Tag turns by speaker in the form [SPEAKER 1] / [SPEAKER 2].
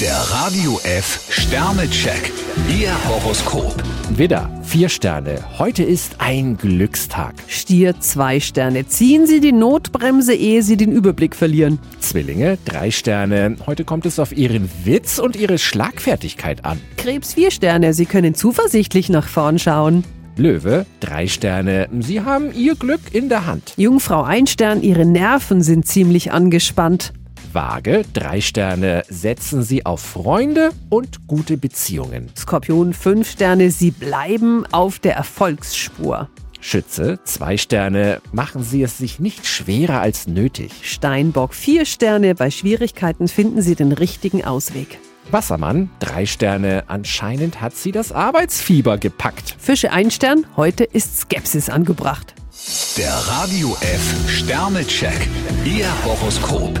[SPEAKER 1] Der Radio F Sternecheck. Ihr Horoskop.
[SPEAKER 2] Widder, vier Sterne. Heute ist ein Glückstag.
[SPEAKER 3] Stier zwei Sterne. Ziehen Sie die Notbremse, ehe Sie den Überblick verlieren.
[SPEAKER 2] Zwillinge, drei Sterne. Heute kommt es auf Ihren Witz und Ihre Schlagfertigkeit an.
[SPEAKER 3] Krebs vier Sterne. Sie können zuversichtlich nach vorn schauen.
[SPEAKER 2] Löwe, drei Sterne. Sie haben Ihr Glück in der Hand.
[SPEAKER 3] Jungfrau ein Stern. Ihre Nerven sind ziemlich angespannt.
[SPEAKER 2] Waage, drei Sterne. Setzen Sie auf Freunde und gute Beziehungen.
[SPEAKER 3] Skorpion fünf Sterne. Sie bleiben auf der Erfolgsspur.
[SPEAKER 2] Schütze, zwei Sterne. Machen Sie es sich nicht schwerer als nötig.
[SPEAKER 3] Steinbock vier Sterne. Bei Schwierigkeiten finden Sie den richtigen Ausweg.
[SPEAKER 2] Wassermann, drei Sterne. Anscheinend hat sie das Arbeitsfieber gepackt.
[SPEAKER 3] Fische ein Stern. Heute ist Skepsis angebracht.
[SPEAKER 1] Der Radio F Sternecheck. Ihr Horoskop.